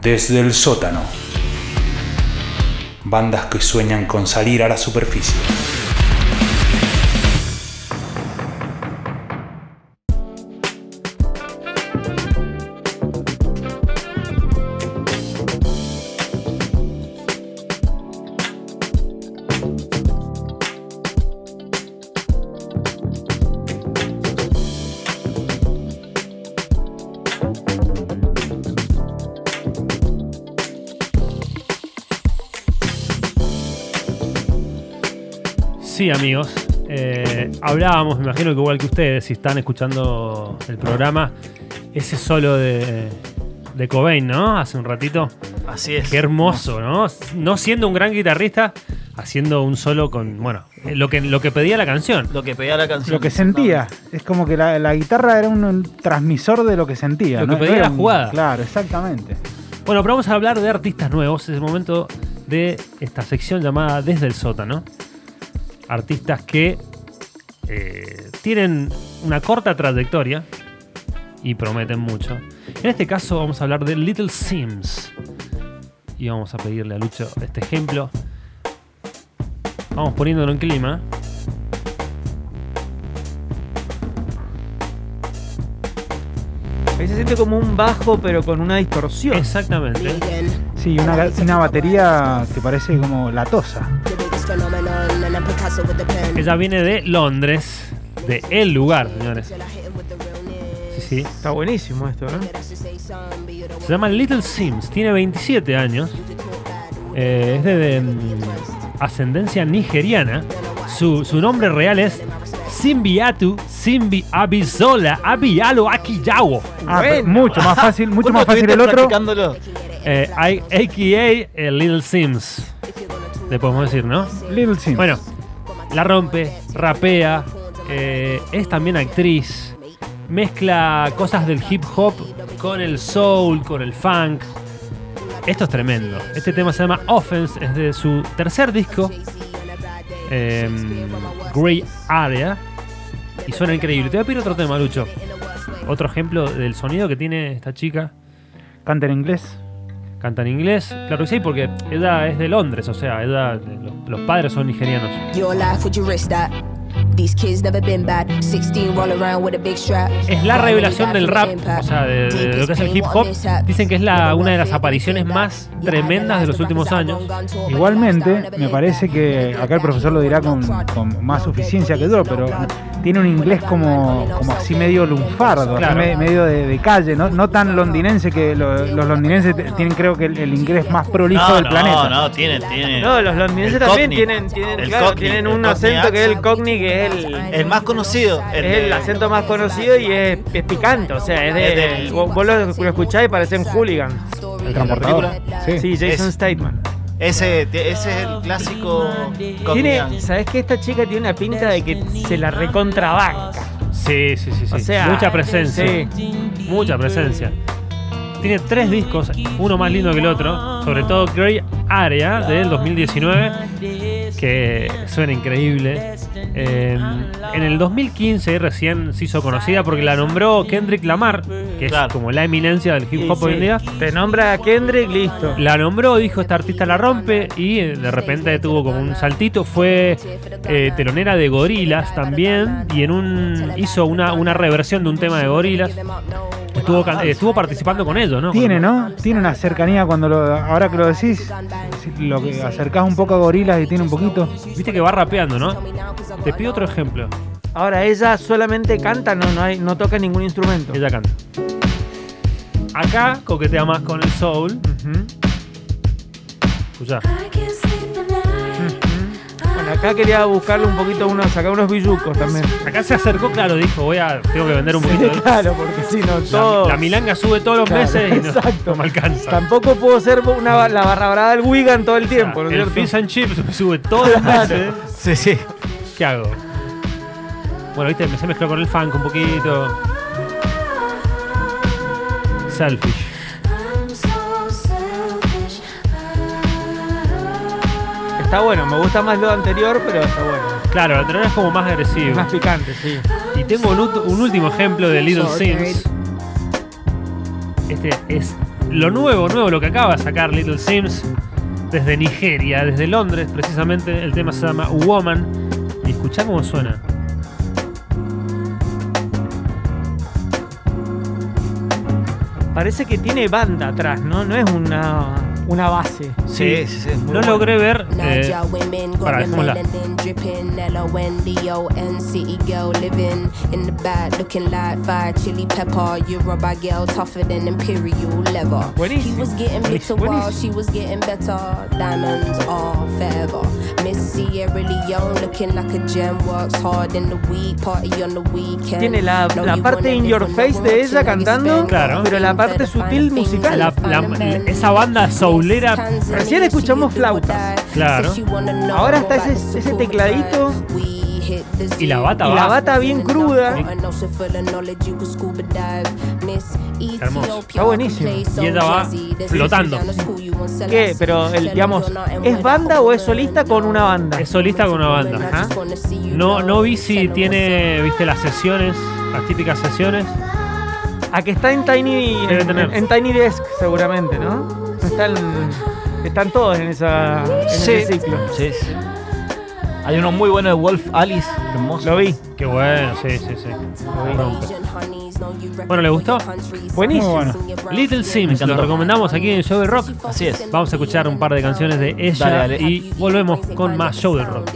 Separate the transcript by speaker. Speaker 1: desde el sótano. Bandas que sueñan con salir a la superficie.
Speaker 2: Sí, amigos. eh, hablábamos, me imagino que igual que ustedes, si están escuchando el programa, ese solo de, de Cobain, ¿no? Hace un ratito.
Speaker 3: Así es.
Speaker 2: Qué hermoso, ¿no? No siendo un gran guitarrista, haciendo un solo con, bueno, eh, lo que, lo que pedía la canción.
Speaker 3: Lo que pedía la canción.
Speaker 4: Lo que sentía. Es como que la, la guitarra era un, un transmisor de lo que sentía.
Speaker 2: Lo
Speaker 4: ¿no?
Speaker 2: que pedía
Speaker 4: No era
Speaker 2: la
Speaker 4: un-
Speaker 2: jugada.
Speaker 4: Claro, exactamente.
Speaker 2: Bueno, pero vamos a hablar de artistas nuevos. Es el momento de esta sección llamada Desde el sótano. Artistas que eh, tienen una corta trayectoria y prometen mucho. En este caso vamos a hablar de Little Sims. Y vamos a pedirle a Lucho este ejemplo. Vamos poniéndolo en clima.
Speaker 3: Ahí se siente como un bajo, pero con una distorsión.
Speaker 2: Exactamente.
Speaker 4: Sí, una, una batería que parece como latosa.
Speaker 2: Ella viene de Londres, de el lugar, señores. Sí, sí.
Speaker 3: Está buenísimo esto, ¿no?
Speaker 2: Se llama Little Sims, tiene 27 años. Eh, es de, de, mm, ascendencia nigeriana. Su, su nombre real es Simbiatu Simbi Abizola Abiyalo Akiyawo.
Speaker 4: Ah,
Speaker 3: Bueno.
Speaker 4: pero mucho más fácil, mucho más fácil el otro.
Speaker 3: Practicándolo.
Speaker 2: Eh, I- AKA eh, Little Sims. Le podemos decir, ¿no?
Speaker 4: Little Sims.
Speaker 2: Bueno, la rompe, rapea, eh, es también actriz. Mezcla cosas del hip hop con el soul, con el funk. Esto es tremendo. Este tema se llama Offense, es de su tercer disco, em, Grey Area, y suena increíble. Te voy a pedir otro tema, Lucho. Otro ejemplo del sonido que tiene esta chica.
Speaker 4: Canta en inglés.
Speaker 2: Canta en inglés, claro que sí, porque ella es de Londres, o sea, ella, los, los padres son nigerianos.
Speaker 5: Your life, would you risk that? These kids never been bad. 16 roll around with a big strap.
Speaker 2: Es la revelación del rap, o sea, de, de lo que es el hip hop. Dicen que es la, una de las apariciones más tremendas de los últimos años.
Speaker 4: Igualmente, me parece que acá el profesor lo dirá con, con más suficiencia que yo, pero tiene un inglés como, como así medio lunfardo, así
Speaker 2: Claro.
Speaker 4: me- medio de, de calle, no, no tan londinense que lo- los londinenses te- tienen creo que el, el inglés más prolijo del planeta.
Speaker 6: No, no, tiene, tiene.
Speaker 3: No, los londinenses
Speaker 6: El
Speaker 3: también
Speaker 6: Cockney.
Speaker 3: tienen, tienen,
Speaker 6: El
Speaker 3: claro,
Speaker 6: Cockney, el
Speaker 3: tienen un
Speaker 6: Cockney
Speaker 3: acento
Speaker 6: accent.
Speaker 3: que es el cockney, que es el,
Speaker 6: El más conocido. El,
Speaker 3: es el
Speaker 6: de-
Speaker 3: acento más conocido y es, es picante. O sea, es de.
Speaker 6: Es del-
Speaker 3: vos vos lo, lo escuchás y parecen hooligans.
Speaker 4: El transportador. Sí.
Speaker 3: Sí, Jason
Speaker 6: Es-
Speaker 3: Statham.
Speaker 6: Ese, te- ese es el clásico.
Speaker 3: Tiene,
Speaker 6: Cockney.
Speaker 3: ¿Sabés que esta chica tiene una pinta de que se la recontrabanca?
Speaker 2: Sí, sí, sí, sí.
Speaker 3: O sea,
Speaker 2: mucha presencia.
Speaker 3: sí.
Speaker 2: Mucha presencia. Tiene tres discos, uno más lindo que el otro, sobre todo Grey Area del 2019, que suena increíble. Eh, en el 2015 recién se hizo conocida porque la nombró Kendrick Lamar, que es
Speaker 6: Claro.
Speaker 2: como la eminencia del hip hop
Speaker 3: Sí,
Speaker 2: hoy en día.
Speaker 3: sí. Te nombra a Kendrick, listo.
Speaker 2: La nombró, dijo, esta artista la rompe y eh, de repente tuvo como un saltito. Fue eh, telonera de Gorilas también y en un hizo una, una reversión de un tema de Gorilas. Estuvo, can- eh, estuvo participando con ellos, ¿no?
Speaker 4: Tiene, ¿no? Tiene una cercanía cuando lo, ahora que lo decís, si lo que acercás un poco a gorilas y tiene un poquito.
Speaker 2: Viste que va rapeando, ¿no? Te pido otro ejemplo.
Speaker 3: Ahora ella solamente canta, no, no, hay, no toca ningún instrumento.
Speaker 2: Ella canta. Acá coquetea más con el soul.
Speaker 3: Ujú.
Speaker 2: Escuchá.
Speaker 3: Bueno, acá quería buscarle un poquito, uno, sacar unos billucos también.
Speaker 2: Acá se acercó, claro, dijo, voy a, tengo que vender un poquito. de-
Speaker 3: Claro, porque si no,
Speaker 2: eh. La,
Speaker 3: todo.
Speaker 2: la milanga sube todos los
Speaker 3: Claro,
Speaker 2: meses y no,
Speaker 3: exacto.
Speaker 2: no me alcanza.
Speaker 3: Tampoco puedo ser una, ba- la barra brava del Wigan todo el tiempo, ¿no es
Speaker 2: Ah, el
Speaker 3: cierto?
Speaker 2: fish and chips me sube todos los meses. ¿eh?
Speaker 6: Sí, sí.
Speaker 2: ¿Qué hago? Bueno, viste, me se mezcló con el funk un poquito. Selfish.
Speaker 3: Está bueno, me gusta más lo anterior, pero está bueno.
Speaker 2: Claro, la anterior es como más
Speaker 3: Es
Speaker 2: agresivo.
Speaker 3: más picante, sí.
Speaker 2: Y tengo un, ult- un último ejemplo de Little Sims. Este es lo nuevo, nuevo, lo que acaba de sacar Little Sims desde Nigeria, desde Londres, precisamente. El tema se llama Woman. Y escuchá cómo suena.
Speaker 3: Parece que tiene banda atrás, ¿no? No es una, una base.
Speaker 6: Sí, sí, sí. es muy
Speaker 2: No
Speaker 6: bueno.
Speaker 2: logré ver. eh,
Speaker 5: Naija women got
Speaker 2: para,
Speaker 5: the
Speaker 2: dejémosla.
Speaker 5: melanin dripping. L-O-N-D-O-N, city E girl living in the back, looking like fire, chili pepper. Yoruba girl tougher than imperial leather.
Speaker 3: Buenísimo.
Speaker 5: He was getting bitter
Speaker 3: Buenísimo.
Speaker 5: while she was getting better. Diamonds are forever. Miss Sierra Leone looking like a gem. Works hard in the week, party on the weekend.
Speaker 3: Tiene la-
Speaker 5: Know
Speaker 3: la
Speaker 5: you
Speaker 3: parte
Speaker 5: wanna
Speaker 3: in
Speaker 5: live
Speaker 3: your
Speaker 5: in the
Speaker 3: face de
Speaker 5: world,
Speaker 3: ella
Speaker 5: you know you
Speaker 3: cantando,
Speaker 5: spend
Speaker 2: Claro.
Speaker 3: pero la parte
Speaker 5: everything,
Speaker 3: sutil
Speaker 5: find a thing,
Speaker 3: musical.
Speaker 2: la- la- esa banda soulera.
Speaker 3: Recién escuchamos flautas.
Speaker 2: Claro.
Speaker 3: Ahora está ese- ese tecladito.
Speaker 2: Y la bata
Speaker 3: Y la baja. bata bien cruda.
Speaker 2: Hermoso.
Speaker 5: Está buenísimo.
Speaker 2: Y ella va flotando.
Speaker 3: ¿Qué? Pero, el, digamos, ¿es banda o es solista con una banda?
Speaker 2: Es solista con una banda.
Speaker 5: Ajá.
Speaker 2: no, no vi si tiene, viste, las sesiones, las típicas sesiones.
Speaker 3: A que está en Tiny,
Speaker 2: Debe
Speaker 3: en,
Speaker 2: tener.
Speaker 3: en Tiny Desk, seguramente, ¿no? No Están, están todos en, esa, en ese ciclo.
Speaker 7: Sí, sí. Hay uno muy bueno de Wolf Alice, hermoso.
Speaker 3: Lo vi.
Speaker 2: Qué bueno, sí, sí, sí. La rompe.
Speaker 5: Bueno, ¿le gustó?
Speaker 3: Buenísimo.
Speaker 4: Muy
Speaker 2: Little Sims, lo
Speaker 7: encantó.
Speaker 2: recomendamos aquí en Show del Rock.
Speaker 7: Así es.
Speaker 2: Vamos a escuchar un par de canciones de ella
Speaker 7: Dale, dale.
Speaker 2: y volvemos con más Show del Rock.